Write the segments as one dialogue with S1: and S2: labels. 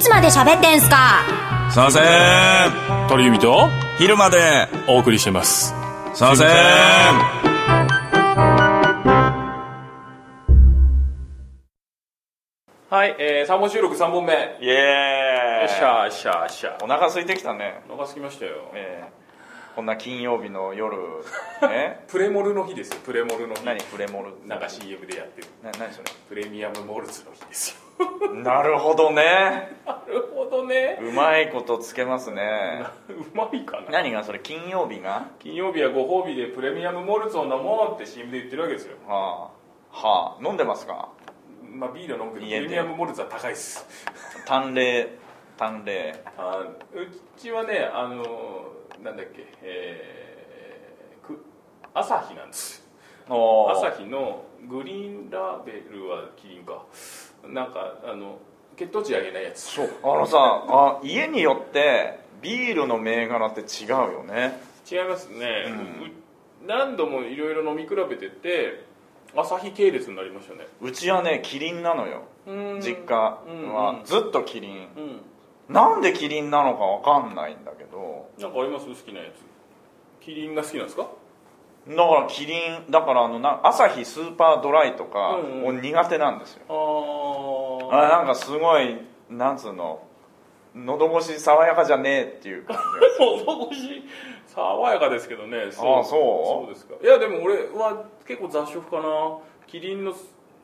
S1: つまで喋ってんすか
S2: すいません
S3: 鳥海と
S2: 昼まで
S3: お送りしてます
S2: すいません
S3: はい、えー、3本収録3本目よ
S2: イエ
S3: っしゃよっしゃよっしゃ
S2: お腹空いてきたね、
S3: お腹すきましたよ
S2: えー、こんな金曜日の 夜ね
S3: プレモルの日ですよプレモルの日
S2: 何プレモル
S3: なんか CM でやってる
S2: な何それ
S3: プレミアムモルツの日ですよ
S2: なるほどね
S3: なるほどね
S2: うまいことつけますね
S3: うまいかな
S2: 何がそれ金曜日が
S3: 金曜日はご褒美でプレミアムモルツを飲もうって CM で言ってるわけですよ
S2: はあはあ飲んでますか
S3: まあビールは飲むけどプ
S2: 家で
S3: レミアムモルツは高いっす
S2: 淡麗淡麗
S3: あうちはねあのーなんだっけえー、く朝日なんです
S2: おー
S3: 朝日のグリーンラベルはキリンかなんかあの血糖値上げないやつ
S2: そうあのさあ家によってビールの銘柄って違うよね
S3: 違いますね、う何度もいろいろ飲み比べてて朝日系列になりましたね
S2: うちはねキリンなのよ
S3: うん
S2: 実家は
S3: うん
S2: ずっとキリン
S3: うん、
S2: なんでキリンなのかわかんないんだけど
S3: なんかあります好きなやつキリンが好きなんですか
S2: だからキリンだからあのな朝日スーパードライとか
S3: うん
S2: も
S3: うん
S2: 苦手なんですよ
S3: あ
S2: あ
S3: ー
S2: なんかすごいなんつうの喉越し爽やかじゃねえっていう感じが
S3: 喉越し爽やかですけどね
S2: あーそう
S3: そうですかいやでも俺は結構雑食かなキリンの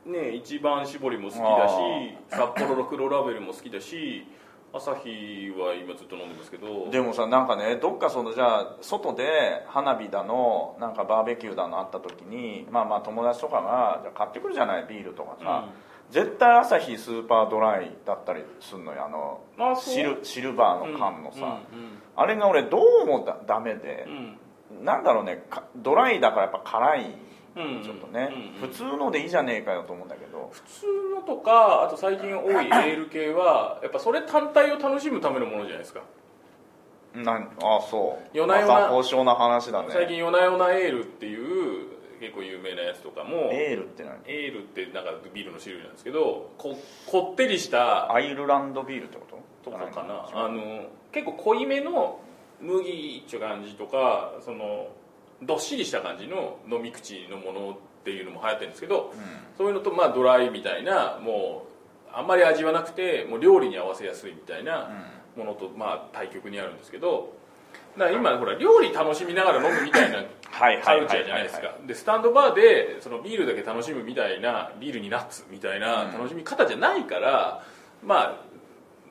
S3: ね一番搾りも好きだし札幌の黒ラベルも好きだし朝日は今ずっと飲んでますけど
S2: でもさなんかねどっかそのじゃあ外で花火だのなんかバーベキューだのあった時にまあまあ友達とかがじゃあ買ってくるじゃないビールとかさ、絶対朝日スーパードライだったりすんのよあの
S3: あそう
S2: シルシルバーの缶のさ、
S3: う
S2: あれが俺どうもだダメで
S3: んう、ん
S2: なんだろうねかドライだからやっぱ辛い
S3: うんうん
S2: ちょっとね、
S3: うんう
S2: 普
S3: ん
S2: 通のでいいじゃねえかよと思うんだけど
S3: 普通のとかあと最近多いエール系はやっぱそれ単体を楽しむためのものじゃないですか
S2: なんあそう
S3: 夜な夜な
S2: また高尚な話だね
S3: 最近「夜な夜なエール」っていう結構有名なやつとかもエ
S2: エールって何
S3: ールってなんかビールの種類なんですけどここってりした
S2: アイルランドビールってこと
S3: とかかな
S2: 違う
S3: あの結構濃いめの麦っていう感じとかそのどっしりした感じの飲み口のものっていうのも流行ってるんですけど、そういうのとまあドライみたいなもうあんまり味はなくてもう料理に合わせやすいみたいなものとまあ対極にあるんですけどだから今ほら料理楽しみながら飲むみたいな
S2: はいは
S3: カ
S2: いは
S3: ル
S2: いは
S3: チャー
S2: い
S3: じゃないですかでスタンドバーでそのビールだけ楽しむみたいなビールにナッツみたいな楽しみ方じゃないから、まあ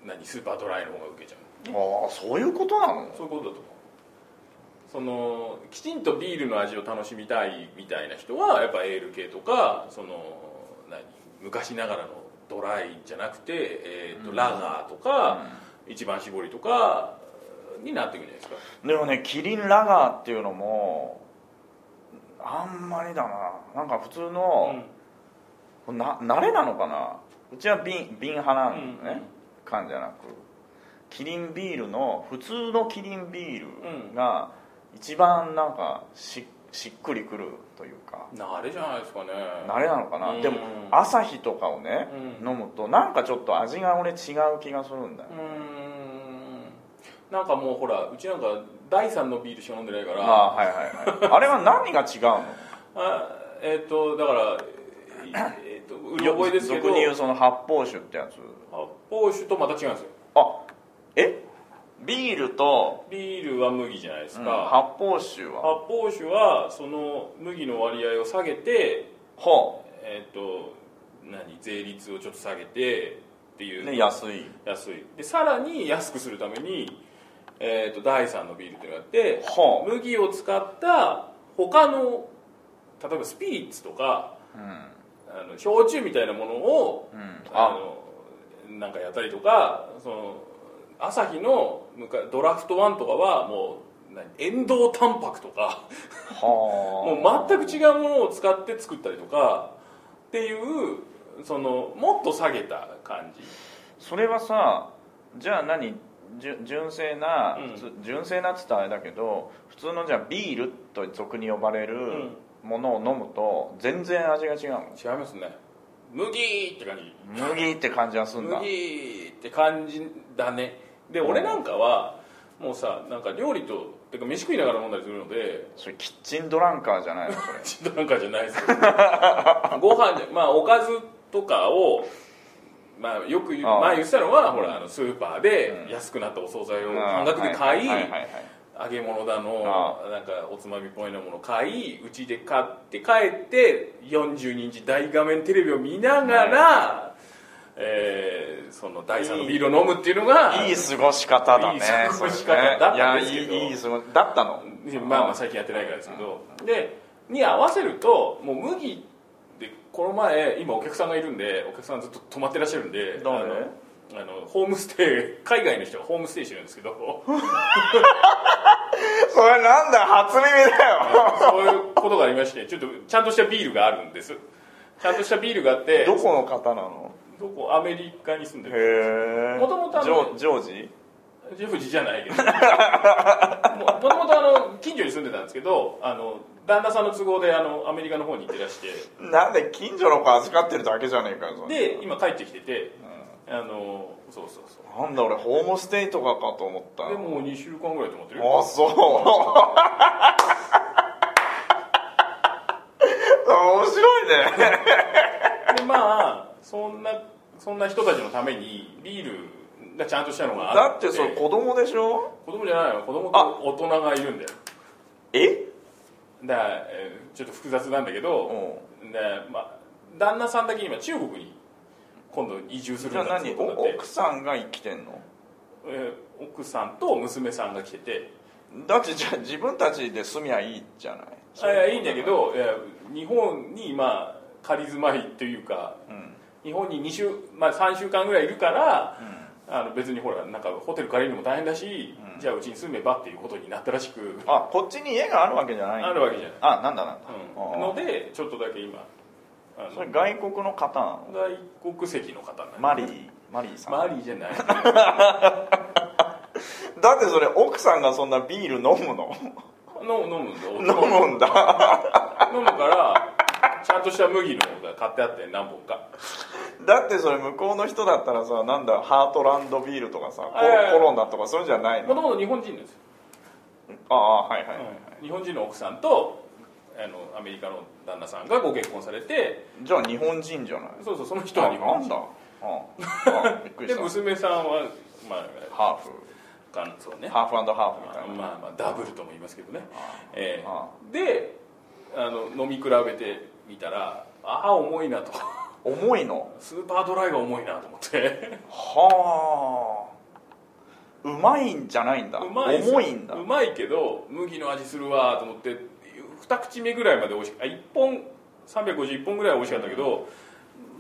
S3: 何スーパードライの方が受けちゃう
S2: ああそういうことなの
S3: そういうことだと思うそのきちんとビールの味を楽しみたいみたいな人はやっぱエール系とかその何昔ながらのドライじゃなくて、えーとラガーとか、一番搾りとかになってくるじゃないですか
S2: でもねキリンラガーっていうのもあんまりだななんか普通の、な慣れなのかなうちは瓶瓶派なのね、
S3: うんうん
S2: 缶じゃなくキリンビールの普通のキリンビールが一番なんかししっくりくるというか
S3: うん慣れじゃないですかね
S2: 慣れなのかな、
S3: うん
S2: でも朝日とかをね、
S3: うん
S2: 飲むとなんかちょっと味が俺違う気がするんだよ
S3: う、ーんなんかもうほらうちなんか第3のビールしか飲んでないか
S2: あ
S3: ら
S2: あはいはいはいあれは何が違うの
S3: あえっ、とだからえっ、と うろ覚えですけど
S2: 俗に言うその発泡酒ってやつ
S3: 発泡酒とまた違うんですよ
S2: あえビールと、
S3: ビールは麦じゃないです
S2: うん
S3: か、
S2: 発
S3: 発
S2: 泡酒は
S3: 泡酒はその麦の割合を下げて
S2: ほ
S3: えっ、と何税率をちょっと下げてっていうう
S2: で安い
S3: 安いでさらに安くするために、えー、と第3のビールっていうのがあって
S2: はあ
S3: 麦を使った他の例えばスピリッツとか
S2: うん、
S3: あの焼酎みたいなものを、
S2: うん、
S3: あ
S2: あ
S3: のなんかやったりとかその朝日の昔ドラフト1とかはもう何塩道タンパクとか
S2: は
S3: もう全く違うものを使って作ったりとかっていうそのもっと下げた感じ
S2: それはさじゃあ何じゅ純正な、
S3: うん
S2: 普通純正なっつったらあれだけど普通のじゃあビール と俗に呼ばれるものを飲むと全然味が違うの
S3: 違いますね麦って感じ
S2: 麦って感じはすんだ
S3: 麦って感じだねで俺なんかはもうさなんか料理とてか飯食いながら飲んだりするので
S2: それキッチンドランカーじゃないのそれ
S3: ちょっとなんかじゃない ですけどご飯じゃまあおかずとかをまあよく言う
S2: ああ
S3: 前言ってたのはほらあのスーパーで
S2: うん
S3: 安くなったお惣菜を
S2: あ
S3: 半
S2: ー
S3: 額で買い
S2: はいはいはいはい
S3: 揚げ物だの
S2: あ
S3: なんかおつまみっぽいなもの買いうちで買って帰って42インチ大画面テレビを見ながら、えーその第3のビールを飲むっていうのが
S2: いい過ごし方だね
S3: いい過ごし方だったんですけど
S2: それねいやいいいい過ごしだったの
S3: でまあまあ最近やってないからですけど、でに合わせるともう麦でこの前今お客さんがいるんでお客さんずっと泊まってらっしゃるんで
S2: どうもね
S3: あのあのホームステイ海外の人がホームステイしてるんですけど
S2: それなんだ初耳だよ
S3: そういうことがありましてちょっとちゃんとしたビールがあるんですちゃんとしたビールがあって
S2: どこの方なの
S3: どこアメリカに住んでる
S2: へえ
S3: もともとあ
S2: ジ
S3: の
S2: ョジョージ
S3: ジェフジじゃないけどもともとあの近所に住んでたんですけどあの旦那さんの都合であのアメリカの方に行ってらして
S2: なんで近所の子預かってるだけじゃねえかよそんな
S3: で今帰ってきてて、あのそうそうそう
S2: なんだ俺ホームステイとかかと思った
S3: でもう2週間ぐらいと思ってるよ
S2: あそう 面白いね
S3: でまあそんなそんな人たちのためにビールがちゃんとしたのが あ
S2: だ
S3: っ
S2: っててそれ子供でしょ
S3: 子供じゃないの子供
S2: あ
S3: と大人がいるんだよ
S2: え
S3: だから、えーちょっと複雑なんだけど、でまあ、旦那さんだけ今中国に今度移住するん
S2: じゃあ
S3: だって
S2: 何
S3: ことにな
S2: お
S3: って
S2: 奥さんが生きてんの
S3: えー奥さんと娘さんが来てて
S2: だってじゃあ自分たちで住みゃいいじゃない
S3: あいやいいんだけどいや日本にまあ仮住まいというか
S2: うん
S3: 日本に2週、まあ、3週間ぐらいいるから、あの別にほらなんかホテル借りるのも大変だし、じゃあうちに住めばっていうことになったらしく、
S2: あこっちに家があるわけじゃない
S3: あるわけじゃない、
S2: あなんだなんだ、
S3: うん
S2: あ
S3: のでちょっとだけ今あ
S2: ーそれ
S3: の
S2: 外国の方なの
S3: 外国籍の方なん
S2: マリーマリーさん、
S3: マリーじゃない
S2: だってそれ奥さんがそんなビール飲むの
S3: の 飲むんだ
S2: 飲むんだ
S3: 飲むからちゃんとした麦のが買ってあって何本か
S2: だってそれ向こうの人だったらさなんだハートランドビールとかさコ
S3: はいはいはい
S2: コロナとかそういうんじゃない
S3: も
S2: の
S3: ともと日本人なんですよ、
S2: ああはいはい、
S3: うん日本人の奥さんとあのアメリカの旦那さんがご結婚されて
S2: じゃあ日本人じゃない
S3: そうそうその人は日本
S2: あなん
S3: 人
S2: だああびっくり
S3: で
S2: した
S3: 娘さんはまあ
S2: ハーフ
S3: 感想ね
S2: ハーフハーフみ
S3: ま
S2: た
S3: あ
S2: いな
S3: まあまあダブルとも言いますけどねええ
S2: あ
S3: であの飲み比べてみたらああ重いなと
S2: 重いの
S3: スーパードライが重いなと思って
S2: はあうまいんじゃないんだ
S3: うまいです
S2: 重いんだ
S3: うまいけど麦の味するわと思って二口目ぐらいまで美味しくあ1本351本ぐらいは美味しかったけど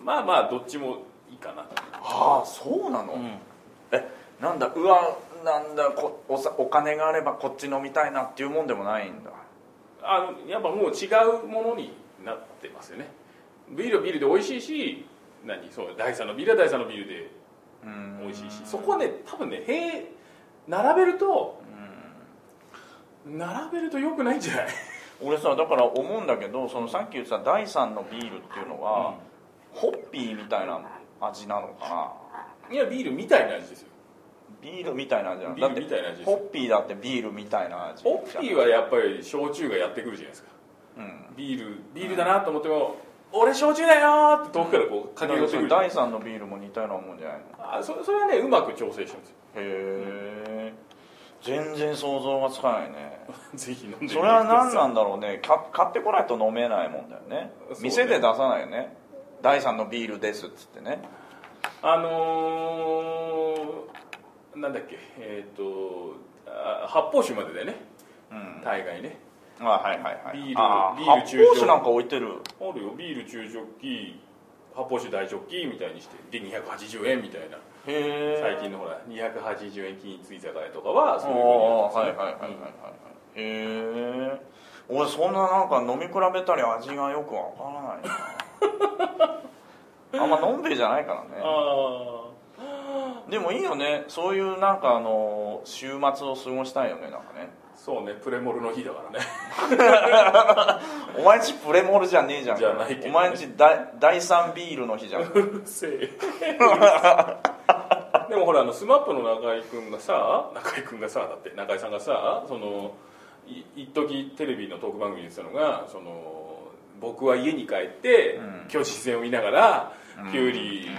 S3: まあまあどっちもいいかなと、
S2: ああそうなの、えなんだうわなんだこおさお金があればこっち飲みたいなっていうもんでもないんだ
S3: あのやっぱもう違うものになってますよねビールはビールで美味しいし何そう第3のビールは第3のビールで
S2: うん
S3: 美味しいしそこはね多分ねへ並べると並べると良くないんじゃない
S2: 俺さだから思うんだけどそのさっき言ってた第3のビールっていうのは、ホッピーみたいな味なのかない
S3: やビールみたいな味ですよ
S2: ビールみたいな味なの
S3: ビールみたいな
S2: だっ
S3: 味
S2: て
S3: です
S2: ホッピーだってビールみたいな味
S3: ホッピーはやっぱり焼酎がやってくるじゃないですか
S2: うん
S3: ビールビールだなと思っても「俺焼酎だよ!」って遠くからこう
S2: だ
S3: 駆
S2: け
S3: け寄
S2: ど
S3: っ
S2: それ
S3: てくるじゃん
S2: 第3のビールも似たようなもんじゃないの
S3: あそそれはねうまく調整してますよ
S2: へえ全然想像がつかないね
S3: ぜひ飲んでみて
S2: それは何なんだろうねか買ってこないと飲めないもんだよね
S3: そうね
S2: 店で出さないよね第3のビールですっつってね
S3: あのー、なんだっけえっ、とあ発泡酒までだよね
S2: うん
S3: 大概ね
S2: あはいはいはい
S3: ビール
S2: あ
S3: ビール中
S2: 発泡酒なんか置いてる
S3: あるよビール中ジョッキ発泡酒大ジョッキみたいにしてで280円みたいな
S2: へえ
S3: 最近のほら280円均一居酒屋とかはそういう
S2: ああはいはいはい
S3: ふう
S2: はい
S3: にやってますね
S2: はいへえ俺そんななんか飲み比べたり味がよくわ からないなあんま飲んべえじゃないから
S3: うん
S2: ね
S3: あ
S2: でもいいよねそういうなんかあの週末を過ごしたいよねなんかね
S3: あそうねプレモルの日だからね
S2: お前んちプレモルじゃねえじゃん
S3: じゃないけどね
S2: お前んちだ第3ビールの日じ ゃん
S3: うるせえうるせえでもほらあのスマップの中居君がさ中居君がさだって中居さんがさそのい一時テレビのトーク番組にしたのがその僕は家に帰って、
S2: うん
S3: 巨人戦を見ながら、
S2: うん
S3: きゅうり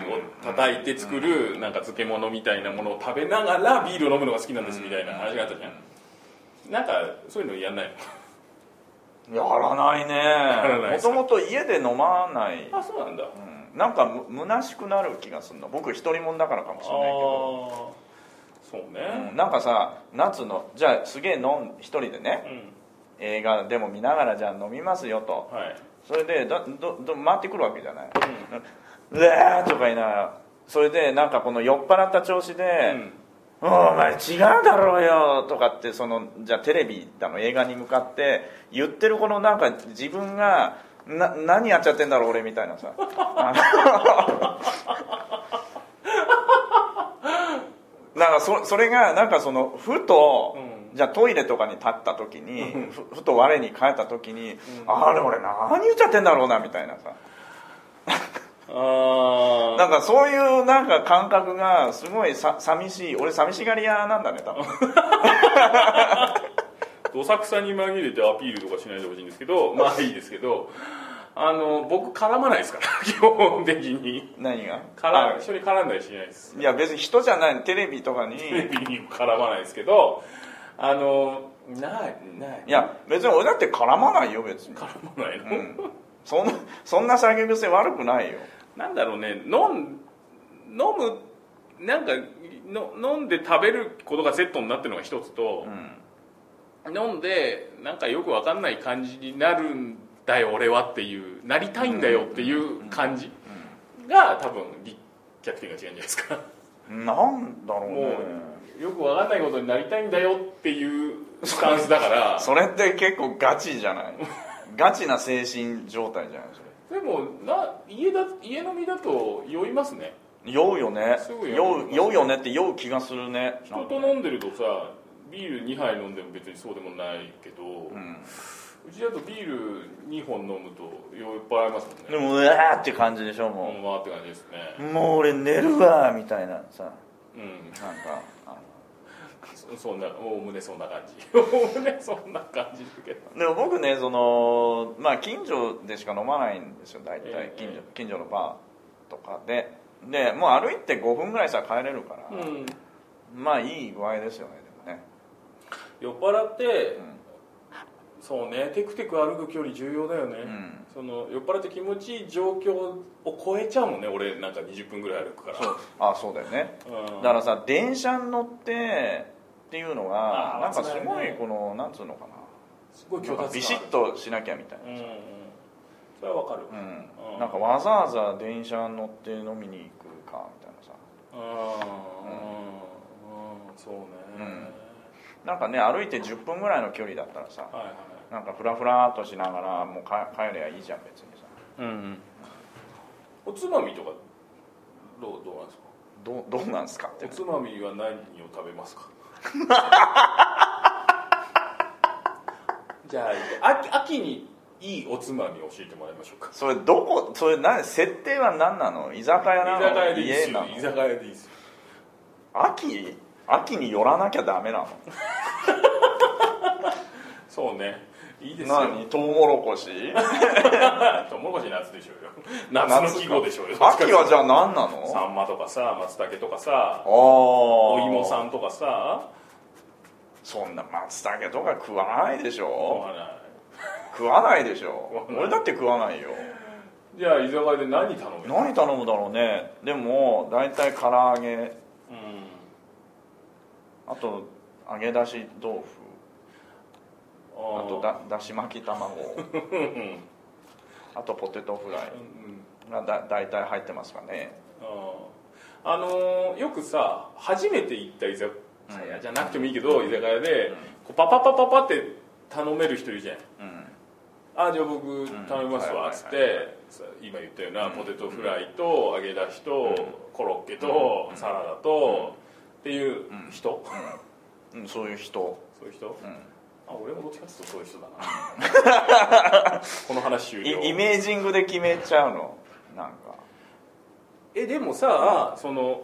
S3: を叩いて作る、なんか漬物みたいなものを食べながらビールを飲むのが好きなんですみたいな話があったじゃん、なんかそういうのやんない
S2: やらない
S3: ら
S2: ね
S3: ない
S2: も
S3: ですか
S2: ともと家で飲まない
S3: のあそうなんだ
S2: うんなんかむ虚しくなる気がするの僕一人もんだからかも
S3: ああ
S2: しれないけど
S3: そう
S2: う
S3: ね
S2: んなんかさ夏のじゃあすげえ飲ん一人でね
S3: うん、
S2: 映画でも見ながらじゃあ飲みますよと
S3: はい、
S2: それでだどど回ってくるわけじゃない
S3: うん
S2: 「うわー」とか言いながらそれでなんかこの酔っ払った調子で「
S3: うん
S2: お前違うだろうよ」とかってそのじゃあテレビだの映画に向かって言ってるこのなんか自分がな何やっちゃってんだろう俺みたいなさなんかそそれがなんかそのふと、
S3: う
S2: じゃあトイレとかに立った時にふふと我に返った時に、あれ俺何言っちゃってんだろうなみたいなさ
S3: あ
S2: なんかそういうなんか感覚がすごいさ寂しい俺寂しがり屋なんだね多分
S3: あどさくさに紛れてアピールとかしないでほしいんですけどまあいいですけどあの僕絡まないですから 基本的に
S2: 何が
S3: 絡
S2: あ
S3: 一緒に絡んだりしないです
S2: いや別に人じゃないテレビとか に
S3: テレビにも絡まないですけどあのないない
S2: いや別に俺だって絡まないよ別に、
S3: 絡まないうの、
S2: ん、そんなそんな酒癖悪くないよ
S3: なんだろうね飲ん飲むなんかの飲んで食べることがセットになってるのが一つと
S2: う、ん
S3: 飲んでなんかよくわかんない感じになるんだよ俺はっていうなりたいんだよっていう感じが多分立脚点が違うんじゃないですか
S2: なんだろうね
S3: もう よくわかんないことになりたいんだよっていうスタンスだから
S2: それって結構ガチじゃないガチな精神状態じゃないそれ
S3: でもな家だ家飲みだと酔いますね
S2: 酔うよね
S3: すぐ酔
S2: 酔う
S3: う
S2: 酔うよねって酔う気がするね
S3: 人と飲んでるとさビール2杯飲んでも別にそうでもないけど、う
S2: うん
S3: ちだとビール2本飲むと酔っ払いますもん
S2: で
S3: ね
S2: もうわーって感じでしょ
S3: ほ
S2: も
S3: んまって感じです
S2: う、
S3: ね
S2: もう俺寝るわーみたいなさ
S3: うん
S2: なんかあ
S3: そそんなおおむねそんな感じ おおむねそんな感じだけど
S2: のでも僕ねそのまあ近所でしか飲まないんですよ大
S3: え
S2: 体近
S3: ええ
S2: 所近所のバーとかででもう歩いて5分ぐらいしたら帰れるから、
S3: うん
S2: まあいい具合ですよねでもね、
S3: 酔っ払って
S2: うん
S3: そうねテクテク歩く距離重要だよね、
S2: ん
S3: その酔っ払って気持ちいい状況を超えちゃうもんね俺なんか20分ぐらい歩くから
S2: あそうだよね
S3: うん
S2: だからさ電車に乗ってっていうのが
S3: あー
S2: なんかす
S3: そう
S2: ご
S3: だよ
S2: い
S3: ね
S2: このなんつうのか
S3: すごい
S2: な
S3: 強
S2: なん
S3: 奪
S2: かビシッとしなきゃみたい
S3: うんうんそれはわかる
S2: な、うん
S3: うん
S2: なんかわざわざ電車に乗って飲みに行くかみたいなさ
S3: うんうんそうね、
S2: うんなんかね歩いて10分ぐらいの距離だったらさ
S3: はいは
S2: なんかフラフラっとしながらもうか帰ればいいじゃん別にさ
S3: い、うん、おつまみとかどうどうなんですか
S2: どうどうなんすかって
S3: おつまみは何を食べますか じゃあ秋秋にいいおつまみを教えてもらいましょうか
S2: それどこそれ何設定は何なの居酒屋な
S3: 居
S2: の
S3: 酒屋でいいです
S2: 家な
S3: よ
S2: の
S3: 居酒屋でいいですよ
S2: 秋秋に寄らなきゃダメなの
S3: そうねいいですよ
S2: 何トウモロコ シ
S3: トウモロコシ夏でしょうよ夏の季語でしょうよ
S2: 秋はじゃあ何なの
S3: サンマとかさ松茸とかさ
S2: あお
S3: お芋さんとかさ
S2: そんな松茸とか食わないでし
S3: 思
S2: ょ
S3: わない
S2: 食わないでしょ
S3: 食わない
S2: 俺だって食わないよ
S3: じゃあ居酒屋で何頼む
S2: 何頼むだろうねでも大体唐揚げ
S3: うん
S2: あと揚げ出し豆腐
S3: あ
S2: あ
S3: ー
S2: とだだし巻き 卵
S3: うんうん
S2: あとポテトフライ
S3: うん
S2: がだ大体入ってますかね
S3: あのーよくさ初めて行った居酒屋じゃなくてもいいけど、居酒屋で、こうパパパパパって頼める人いるじゃん
S2: うん
S3: あじゃあ僕頼みます
S2: う
S3: わ
S2: ん
S3: っつっ
S2: はいは
S3: てさ今言ったような
S2: うん
S3: ポテトフライと揚げ出しと
S2: うん
S3: コロッケと
S2: うん
S3: サラダとっていう人
S2: うん、うん、そういう人、
S3: そういう人
S2: うん、
S3: あ俺もどっちかっていうとそういう人だな この話終了
S2: イイメージングで決めちゃうのなんか
S3: えでもさ、その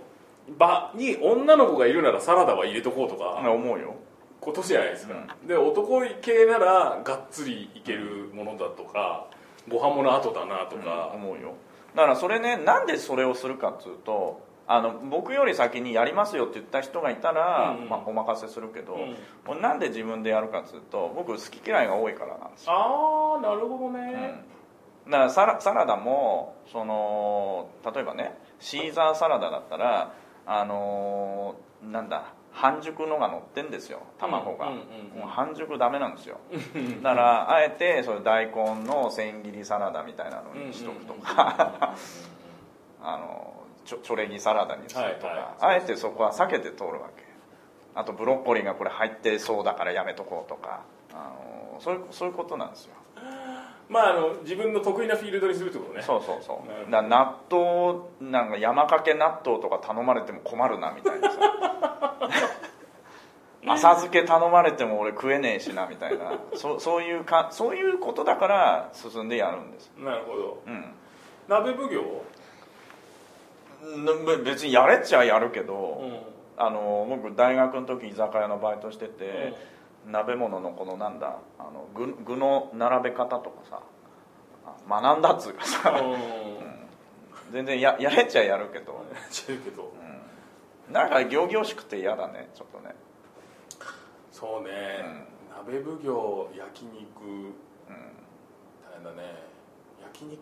S3: 場に女の子がいるならサラダは入れとこうとか、
S2: 思うよ
S3: ことじゃないですか、で男系ならがっつりいけるものだとかご飯もの後だなと
S2: う
S3: か
S2: ん、思うよだからそれねなんでそれをするかっつうとあの僕より先にやりますよって言った人がいたら、
S3: うんうん
S2: まあ、お任せするけど、
S3: うん
S2: もうなんで自分でやるかっつうと僕好き嫌いが多いからなんですよ
S3: ああなるほどね、
S2: うんだからサラサラダもその例えばねシーザーサラダだったらあのーなんだ半熟のが乗ってんですよ卵が、
S3: うんうんうんうん
S2: もう半熟ダメなんですよだからあえてそれ大根の千切りサラダみたいなのにしとくとかあのちょちょれぎサラダにするとか、
S3: はいは
S2: あ
S3: い
S2: えてそこは避けて通るわけあとブロッコリーがこれ入ってそうだからやめとこうとかあのそういうそういうことなんですよ
S3: まああの自分の得意なフィールドにするってことね
S2: そうそうそ
S3: なるほ
S2: うだ
S3: ど
S2: から納豆なんか山かけ納豆とか頼まれても困るなみたいな さ浅漬け頼まれても俺食えねえしなみたいなそそういうかそういうことだから進んでやるんです
S3: なるほど
S2: うん
S3: 鍋奉行、
S2: んべ別にやれっちゃやるけ
S3: う
S2: ど、
S3: ん
S2: あの僕大学の時居酒屋のバイトしてて、鍋物のこのなんだあの具具の並べ方とかさあ学んだっつうかさ
S3: うん
S2: 全然ややれっちゃやるけど、
S3: 知るけど
S2: なんか行々しくて嫌だねちょっとね
S3: そうね、鍋奉行焼肉大変だね焼肉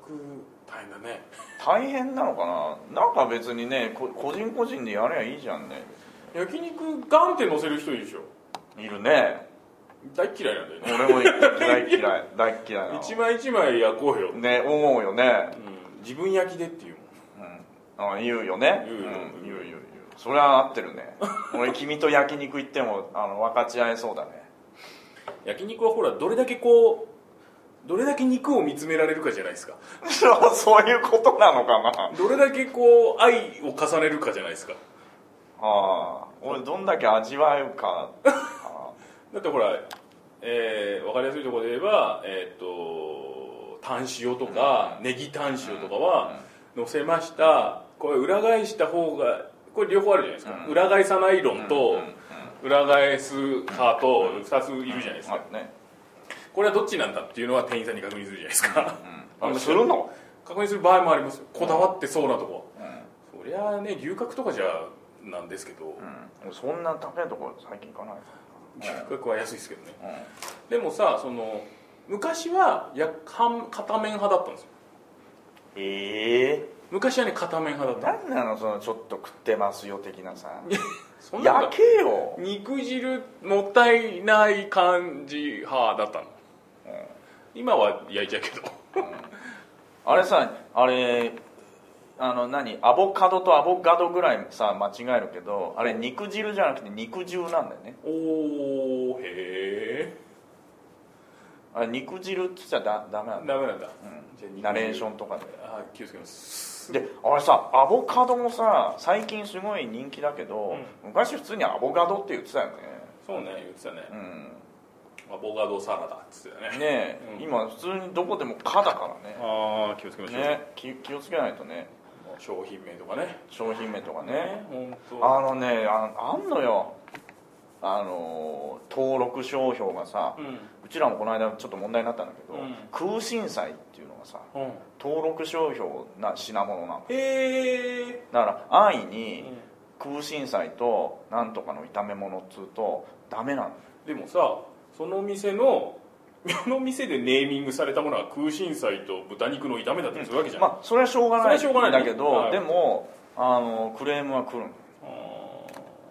S3: 大変だね
S2: 大変なのかななんか別にねこ個人個人でやればいいじゃんね
S3: 焼肉ガンって乗せる人いるでしょ
S2: いるね
S3: 大っ嫌いなんだよね
S2: 俺も大嫌い 大嫌いな
S3: 一枚一枚焼こうよ、
S2: ね思うよね
S3: うん、自分焼きでっていう
S2: あ言うよね
S3: 言うよ
S2: ん、言う言う言うそれは合ってる ね俺君と焼肉行ってもあの分かち合えそうだね
S3: 焼肉はほらどれだけこうどれだけ肉を見つめられるかじゃないですか
S2: そうそういうことなのかな
S3: どれだけこう愛を重ねるかじゃないですか
S2: ああ俺どんだけ味わうかか
S3: だってほら、えー、分かりやすいところで言えばえーっと炭塩とか、ネギ炭塩とかは乗せましたこれ裏返した方がこれ両方あるじゃないですか、裏返さない論と、裏返す派と2ついるじゃないですか、
S2: なあるね、
S3: これはどっちなんだっていうのは店員さんに確認するじゃないですか、
S2: う
S3: あ
S2: ん、
S3: の
S2: するの
S3: 確認する場合もありますよこだわってそうなとこ
S2: うん、
S3: そりゃあね牛角とかじゃなんですけど、
S2: うん俺そんな高いところ最近行かない
S3: 牛角は安いですけどね
S2: うん
S3: でもさその昔はや半片面派だったんですよ
S2: ええ
S3: 昔はね片面 派だった
S2: 何なのそのちょっと食ってますよ的なさ
S3: そんなこと
S2: 焼けよ
S3: 肉汁もったいない感じ派だったの、今は焼いちゃうけど
S2: あれさあれあの何アボカドとアボガドぐらいさ間違えるけどあれ肉汁じゃなくて肉汁なんだよね
S3: おおへえ
S2: あれ肉汁って言っちゃだダメなんだ
S3: ダメなんだ、
S2: ナレーショ
S3: ン
S2: ンとかで
S3: あー気をつけます
S2: であれさアボカドもさ最近すごい人気だけど、昔普通にアボガドって言ってたよね
S3: そうね言ってたね
S2: う
S3: アボカドサラダっつってたね
S2: んねえ、
S3: うん
S2: 今普通にどこでも「か」だからね
S3: ああ気をつけましょう、
S2: ね気気をつけないとね
S3: もう商品名とかね
S2: 商品名とかね
S3: 本当
S2: あのねああんのよあのー登録商標がさ
S3: うん
S2: うちらもこの間ちょっと問題になったんだけど、
S3: うん
S2: 空心菜っていうのがさ
S3: うん
S2: 登録商標な品物なの
S3: へえ
S2: だから安易に空心菜となんとかの炒め物っつうとダメなの
S3: でもさその店の その店でネーミングされたものは空心菜と豚肉の炒めだったりするわけじゃん、
S2: まあそれはしょうがない
S3: それはしょうが
S2: ん
S3: ない
S2: だ
S3: ね
S2: けど、
S3: はい
S2: でもあのクレームは来るの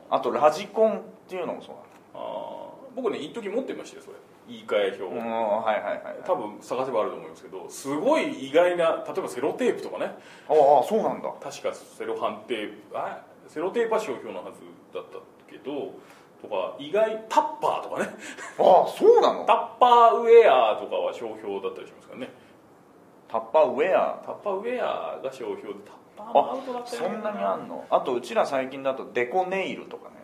S3: あー
S2: あとラジコンっていうのもそう
S3: あー僕ね一時持ってましたよそれ言い換え表、
S2: なのうんはいはいはい
S3: 多分探せばあると思いますけどすごい意外な例えばセロテープとかね
S2: ああそうなんだ
S3: 確かセロハンテープあセロテープは商標のはずだったけどとか意外タッパーとかね
S2: ああそうなのタ
S3: タッパーウェアとかは商標だったりしますからね
S2: ッパーウェア
S3: タッパーウェアが商標でタッパーもアウトだった
S2: そんなにあんのあとうちら最近だとデコネイルとかね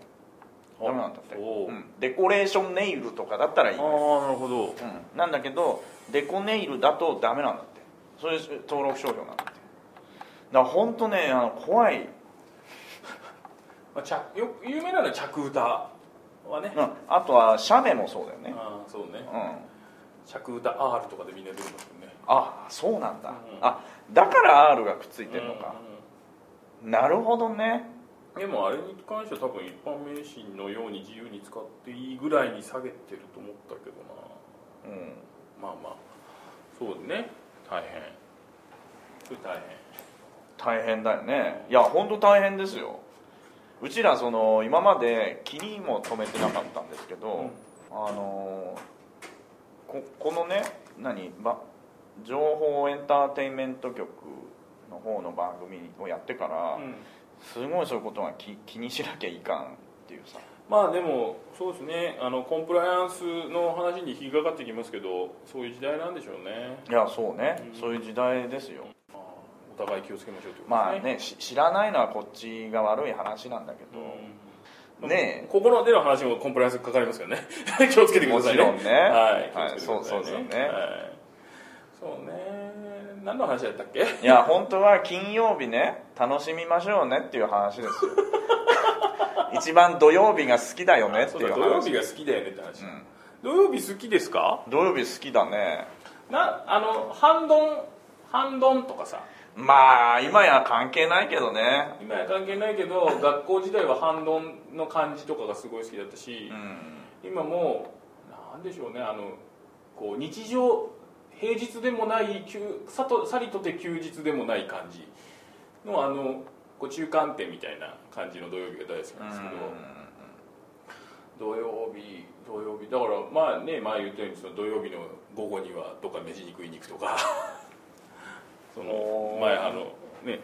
S2: ダメなんだって、
S3: おー
S2: うんデコレーションネイルとかだったらいい、
S3: あ
S2: う
S3: あなるほど
S2: ん、なんだけどデコネイルだとダメなんだってそれ登録商標なんだってだから本当ねあの怖い、
S3: まあ、着よ有名なのは着歌はね、
S2: うん、あとはシャベもそうだよね、
S3: あーそう
S2: う
S3: ね
S2: ん、
S3: 着歌 R とかでみんな出てますよね
S2: あそうなんだ、
S3: うん
S2: あだから R がくっついてるのか、なるほどね
S3: うんうんでもあれに関しては多分一般名詞のように自由に使っていいぐらいに下げてると思ったけど
S2: うん
S3: なまあまあそうね大変それ大変
S2: 大変だよねいや本当大変ですようちらその今まで気にも留めてなかったんですけど、あのーここのね何ば情報エンターテインメント局の方の番組をやってから、
S3: うん
S2: すごいそういうことは気気にしなきゃいかんっていうさ
S3: まあでもそうですねあのコンプライアンスの話に引っかかってきますけどそういう時代なんでしょうね
S2: いやそうね、
S3: うん
S2: そういう時代ですよ
S3: まあお互い気をつけましょうということ
S2: まあ
S3: です
S2: ねし知らないのはこっちが悪い話なんだけど、
S3: うん
S2: ねえ
S3: ここの出る話もコンプライアンスかかりますよね 気をつけてくださいね
S2: もちろんね
S3: はい、
S2: はい
S3: 気をつけてください
S2: そうそうですよね
S3: はいそうね何の話だったっけ
S2: いや本当は金曜日ね楽しみましょうねっていう話です よ一番土曜日が好きだよねって
S3: そう
S2: いう
S3: だ
S2: 話
S3: 土曜日が好きだよねって話、
S2: うん
S3: 土曜日好きですか
S2: 土曜日好きだね
S3: なあの半ドン半ドンとかさ
S2: まあ今や関係ないけどね
S3: 今や関係ないけ ど学校時代は半ドンの感じとかがすごい好きだったし
S2: う、ん
S3: 今もうなんでしょうねあのこう日常平日でもない休さとさりとて休日でもない感じのあのこう中間点みたいな感じの土曜日が大好き
S2: う
S3: なん
S2: ん
S3: ですけど、土曜日土曜日だからまあね前言ったようにその土曜日の午後にはどっか飯に食いに行くとか その
S2: おー
S3: 前あのね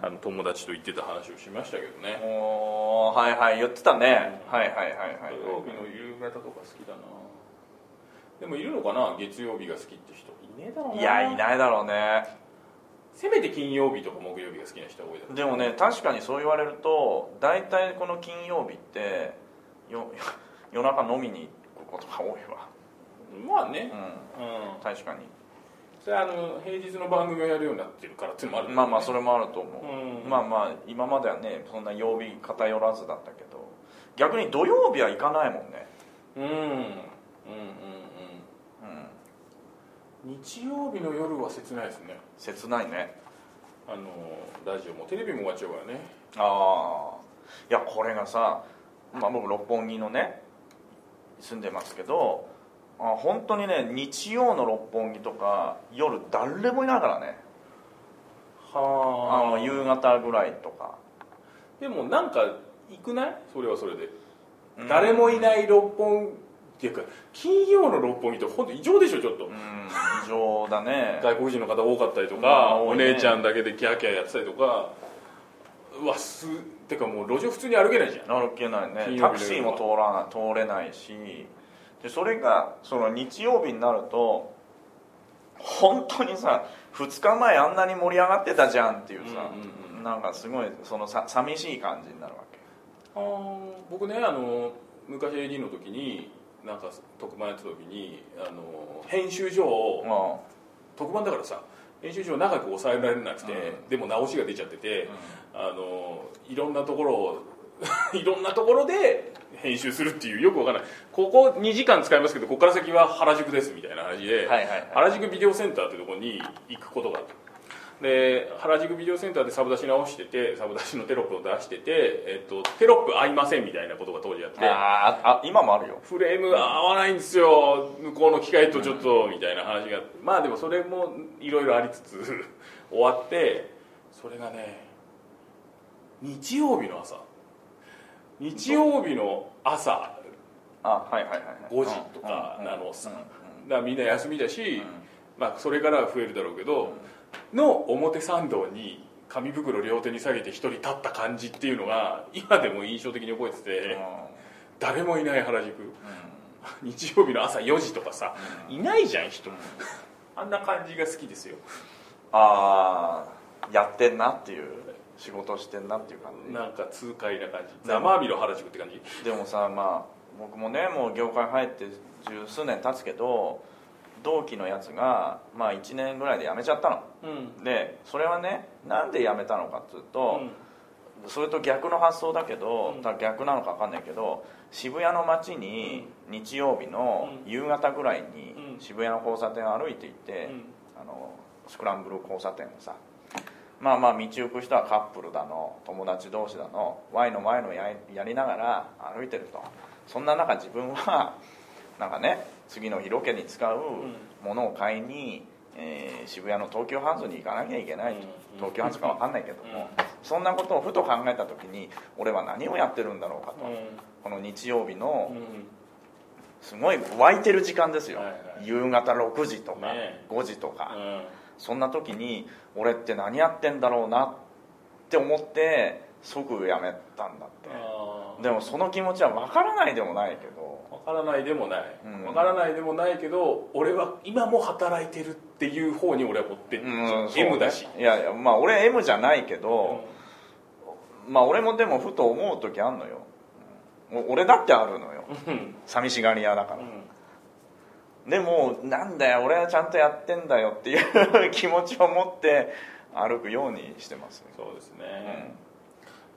S3: あの友達と行ってた話をしましたけどね
S2: おーはいはい言ってたねはいはいはいはい
S3: 土曜日の夕方とか好きだなでもいるのかな月曜日が好きって人いねえだろうない
S2: やいないだろうね
S3: せめて金曜日とか木曜日が好きな人が多いだろう
S2: でもね確かにそう言われると大体この金曜日ってよ夜中飲みに行くことが多いわ
S3: まあね
S2: う
S3: うん
S2: ん確かに
S3: それはあの平日の番組をやるようになってるからっていうのもある
S2: まあまあそ
S3: れ
S2: れもあると思う、
S3: うん
S2: まあまあ今まではねそんな曜日偏らずだったけど逆に土曜日は行かないもんね、
S3: うんうんうん
S2: うん、
S3: うん日曜日の夜は切ないですね
S2: 切ないね
S3: あのラジオもテレビも終わっちゃうからね
S2: ああいやこれがさ、まあ、僕六本木のね住んでますけどあ本当にね日曜の六本木とか夜誰もいないからねあ
S3: は
S2: の夕方ぐらいとか、
S3: でもなんか行くないそれはそれで
S2: うん
S3: 誰もいない六本木っていうか金曜の六本木って本当異常でしょちょっと、
S2: うん異常だね
S3: 外国人の方多かったりとか、
S2: まあ
S3: お
S2: 多いね
S3: 姉ちゃんだけでキャーキャーやってたりとかうわすてかもう路上普通に歩けないじゃん
S2: 歩けないね
S3: 金曜日の夜は
S2: タクシーも通らない通れないしでそれがその日曜日になると本当にさ2日前あんなに盛り上がってたじゃんっていうさ、
S3: うんうんう
S2: なんかすごいそのさ寂しい感じになるわけ
S3: あー僕ねあの昔 AD の時になんか特番やってた時にあの編集所を、
S2: う
S3: 特番だからさ編集所を長く抑えられなくて、
S2: う
S3: でも直しが出ちゃってて、あのいろんなところを いろんなところで編集するっていうよくわからないここ2時間使いますけどここから先は原宿ですみたいな話で、
S2: はいはいはい
S3: 原宿ビデオセンターってとこに行くことがあったで原宿ビデオセンターでサブ出し直しててサブ出しのテロップを出してて、えっと、テロップ合いませんみたいなことが当時あって
S2: んあーあ今もあるよ
S3: フレームが合わないんですよ向こうの機械とちょっとみたいな話がまあでもそれもいろいろありつ つ終わってそれがね日曜日の朝日曜日の朝
S2: あはいはいはいはい
S3: 5時とかなのさ
S2: うんうん
S3: だからみんな休みだし、
S2: ん
S3: まあ、それからは増えるだろうけど、の表参道に紙袋両手に下げて一人立った感じっていうのが今でも印象的に覚えてて、誰もいない原宿日曜日の朝4時とかさいないじゃん人あんな感じが好きですよ
S2: ああやってんなっていう仕事してんなっていう感じ
S3: なんか痛快な感じ生アビロ原宿って感じ
S2: でもさまあ僕もねもう業界入って十数年経つけど同期のやつが、まあ、1年ぐらいで辞めちゃったの
S3: うん
S2: でそれはねなんで辞めたのかっつうと、それと逆の発想だけど、
S3: うん
S2: だから逆なのか分かんないけど渋谷の街に日曜日の
S3: うん
S2: 夕方ぐらいに
S3: うん
S2: 渋谷の交差点を歩いていって、
S3: うん
S2: あのスクランブル交差点をさまあまあ道行く人はカップルだの友達同士だのワイの前のややりながら歩いてるとそんな中自分は なんかね次の日ロケに使うものを買いに、えー渋谷の東急ハンズに行かなきゃいけないと、
S3: うん
S2: 東急ハンズか分かんないけど
S3: うん
S2: も、そんなことをふと考えた時に俺は何をやってるんだろうかと、この日曜日
S3: うん
S2: の
S3: うん
S2: すごい湧いてる時間ですよ、
S3: はいはい
S2: 夕方6時とか、
S3: ね
S2: 5時とか、
S3: うん
S2: そんな時に俺って何やってんだろうなって思って即やめたんだって
S3: あー
S2: でもその気持ちは分からないでもないけど
S3: わからないでもない、
S2: うん
S3: わからないでもないけど俺は今も働いてるっていう方に俺は持ってっちゃう、
S2: そう
S3: M だし、
S2: いやいやまあ俺 M じゃないけど、まあ俺もでもふと思う時あんのようんお俺だってあるのよ
S3: うん
S2: 寂しがり屋だか
S3: う
S2: ら、
S3: ん
S2: でもなんだよ俺はちゃんとやってんだよっていう 気持ちを持って歩くようにしてますね
S3: そうです
S2: う
S3: ね
S2: ん、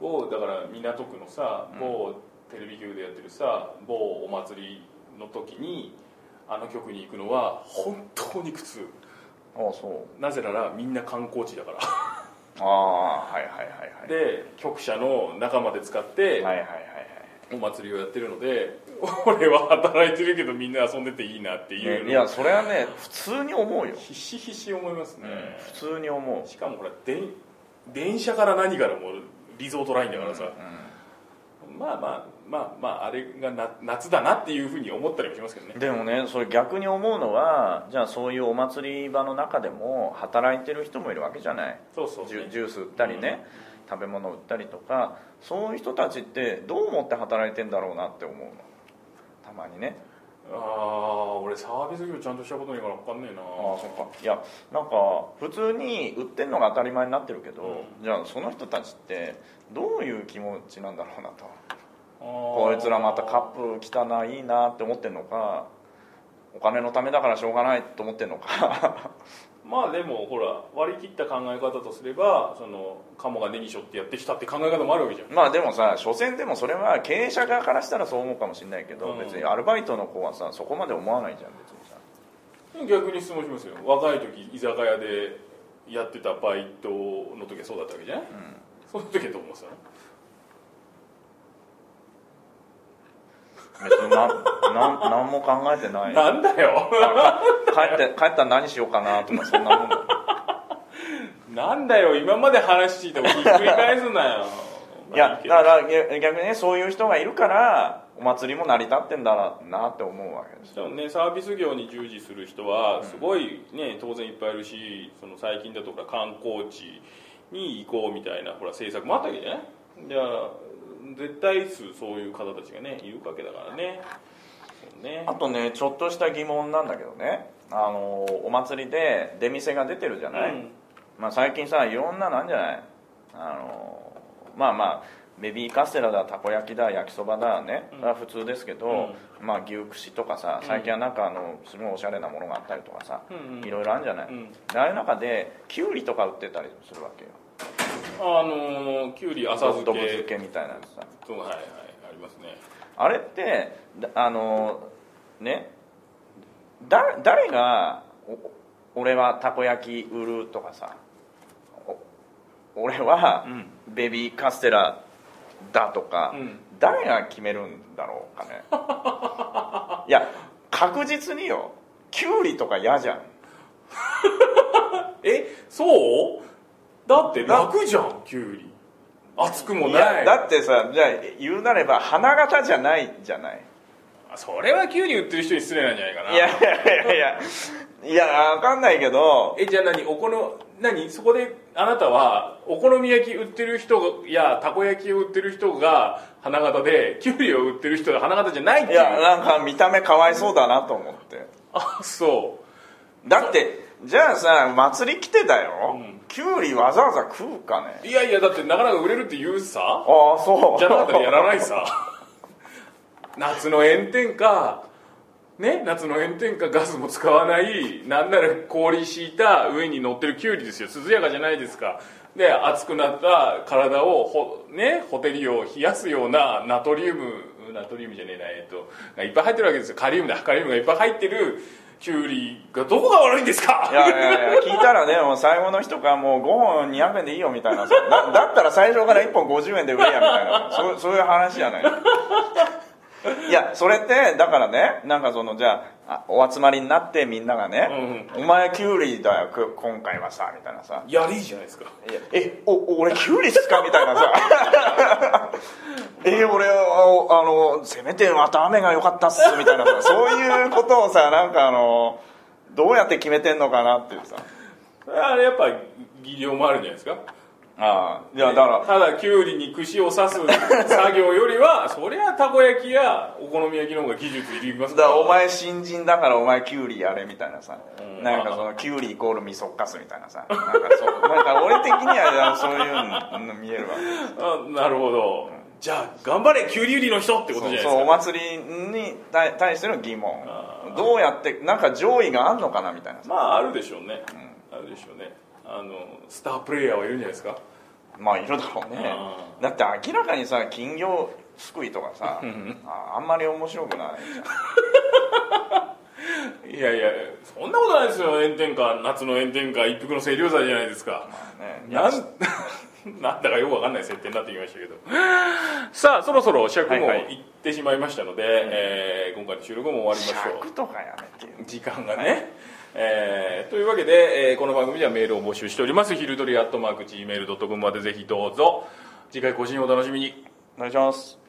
S3: 某だから港区のさ某テレビ局でやってるさ某お祭りの時にあの局に行くのは本当に苦痛
S2: ああそう
S3: なぜならみんな観光地だから
S2: ああはいはいはいはい
S3: で局舎の仲間で使って
S2: はいはいはいはい
S3: お祭りをやってるので俺は働いてるけどみんな遊んでていいなっていうの
S2: ねいやそれはね普通に思うよ、
S3: ひしひし思いますね、
S2: 普通に思う
S3: しかもほらでん電車から何からもうリゾートラインだからさ、まあまあまあまああれがな夏だなっていうふうに思ったりもしますけどね
S2: でもねそれ逆に思うのはじゃあそういうお祭り場の中でも働いてる人もいるわけじゃない
S3: そうそう
S2: ジュジュース売ったりね、食べ物売ったりとかそういう人たちってどう思って働いてんだろうなって思うのたまにね
S3: ああ俺サービス業ちゃんとしたことないから分かんねえな
S2: ああそっかいやなんか普通に売ってんのが当たり前になってるけど、じゃあその人たちってどういう気持ちなんだろうなとこ
S3: こ
S2: いつらまたカップ来たないいなって思ってんのかお金のためだからしょうがないと思ってんのか
S3: まあでもほら割り切った考え方とすればその鴨がネギしょってやってきたって考え方もあるわけじゃん
S2: まあでもさ所詮でもそれは経営者側からしたらそう思うかもしれないけど、
S3: うん
S2: 別にアルバイトの子はさそこまで思わないじゃん別にさ
S3: 逆に質問しますよ若い時居酒屋でやってたバイトの時はそうだったわけじゃない、その時はどう思ってたの
S2: 別にななん何も考えてない帰
S3: なんだ よ
S2: って帰ったら何しようかなとかそんなもんだよ
S3: なんだよ今まで話していたことひっくり返すなよ
S2: いや
S3: まあ
S2: だ
S3: け
S2: か
S3: ど
S2: ら逆逆にねそういう人がいるからお祭りも成り立ってんだなって思うわけです
S3: でもね、サービス業に従事する人はすごい、ね、当然いっぱいいるしその最近だとほら観光地に行こうみたいなほら政策もあったわけじゃないじゃあ絶対数そういう方たちがねいるわけだからねそうね
S2: あとねちょっとした疑問なんだけどねあのお祭りで出店が出てるじゃない、
S3: うん
S2: まあ、最近さいろんななんじゃないあのまあまあベビーカステラだたこ焼きだ焼きそばだね、
S3: うん
S2: が普通ですけど、まあ、牛串とかさ最近はなんかあのすごいおしゃれなものがあったりとかさ、
S3: うんうん
S2: いろいろあるんじゃない、
S3: うん
S2: でああいう中できゅうりとか売ってたりするわけよ
S3: あのーきゅうり浅漬
S2: 毒
S3: け
S2: 漬けみたいなやつさ
S3: そうはいはいありますね
S2: あれってだあのねだ誰がお俺はたこ焼き売るとかさお俺はベビーカステラだとか、
S3: うん
S2: 誰が決めるんだろうかね いや確実によキュウリとか嫌じゃん
S3: えそうだって
S2: な
S3: 楽じゃんきゅうり熱くも
S2: い
S3: な
S2: や
S3: い
S2: だってさじゃあ言うなれば花形じゃないじゃない
S3: それはきゅうり売ってる人に失礼なんじゃないかない
S2: やいやいやいやいやわかんないけど
S3: えじゃあ何おこの何そこであなたはお好み焼き売ってる人がいやたこ焼きを売ってる人が花形できゅうりを売ってる人が花形じゃないって
S2: い
S3: いう
S2: やなんか見た目かわいそうだなと思って
S3: あそう
S2: だってじゃあさ祭り来てだよ、
S3: うん
S2: きゅうりわざわざ食うかね
S3: いやいやだってなかなか売れるって言うさ
S2: ああそう
S3: じゃなかったらやらないさ夏の炎天下ね夏の炎天下ガスも使わないなんなら氷敷いた上に乗ってるキュウリですよ涼やかじゃないですかで熱くなった体をほねホテリを冷やすようなナトリウムナトリウムじゃねえなえっとがいっぱい入ってるわけですよカリウムだカリウムがいっぱい入ってるキュウリがどこが悪いんですか
S2: いやいやいや聞いたらねもう最後の人がもう5本200円でいいよみたいなさだだったら最初から1本50円で売れやみたいなそうそういう話じゃないいやそれってだからねなんかそのじゃああお集まりになってみんながね「お前キュウリだよく今回はさ」みたいなさ
S3: いやいいじゃないですか
S2: いやえお俺キュウリっすかみたいなさ え俺あのあのせめてまた雨が良かったっすみたいなさそういうことをさなんかあのどうやって決めてんのかなっていうさ
S3: あれやっぱ技量もあるんじゃないですか
S2: ああいやだから
S3: ただきゅうりに串を刺す作業より はそりゃたこ焼きやお好み焼きの方が技術いります
S2: だ
S3: か
S2: かららお前新人だからお前キュウリやれみたいなさ、
S3: うん
S2: なんかそのキュウリイコール味噌かすみたいなさなんかそうなんか俺的にはそういうの見えるわ
S3: あなるほど、じゃあ頑張れきゅうり売りの人ってこと
S2: そ
S3: じ
S2: う
S3: ゃないです
S2: そうお
S3: か
S2: 祭りに対対しての疑問
S3: あ
S2: どうやってなんか上位があんのかなみたいなさ
S3: まああるでしょうね、あるでしょうねあのスタープレイヤーはいるんじゃないですか
S2: まあいるだろうね
S3: あ
S2: だって明らかにさ金魚すくいとかさああんまり面白くないじゃん
S3: いやいやそんなことないですよ炎天下夏の炎天下一服の清涼剤じゃないですか、
S2: ね
S3: なんなんだ かよくわかんない設定になってきましたけど さあそろそろ尺も
S2: はいいはい
S3: ってしまいましたので、えー今回の収録も終わりましょう
S2: 尺とかやめてよ
S3: 時間がね、えーというわけで、えーこの番組ではメールを募集しております昼ドリアットマーク Gmail.com までぜひどうぞ次回更新をお楽しみに
S2: お願いします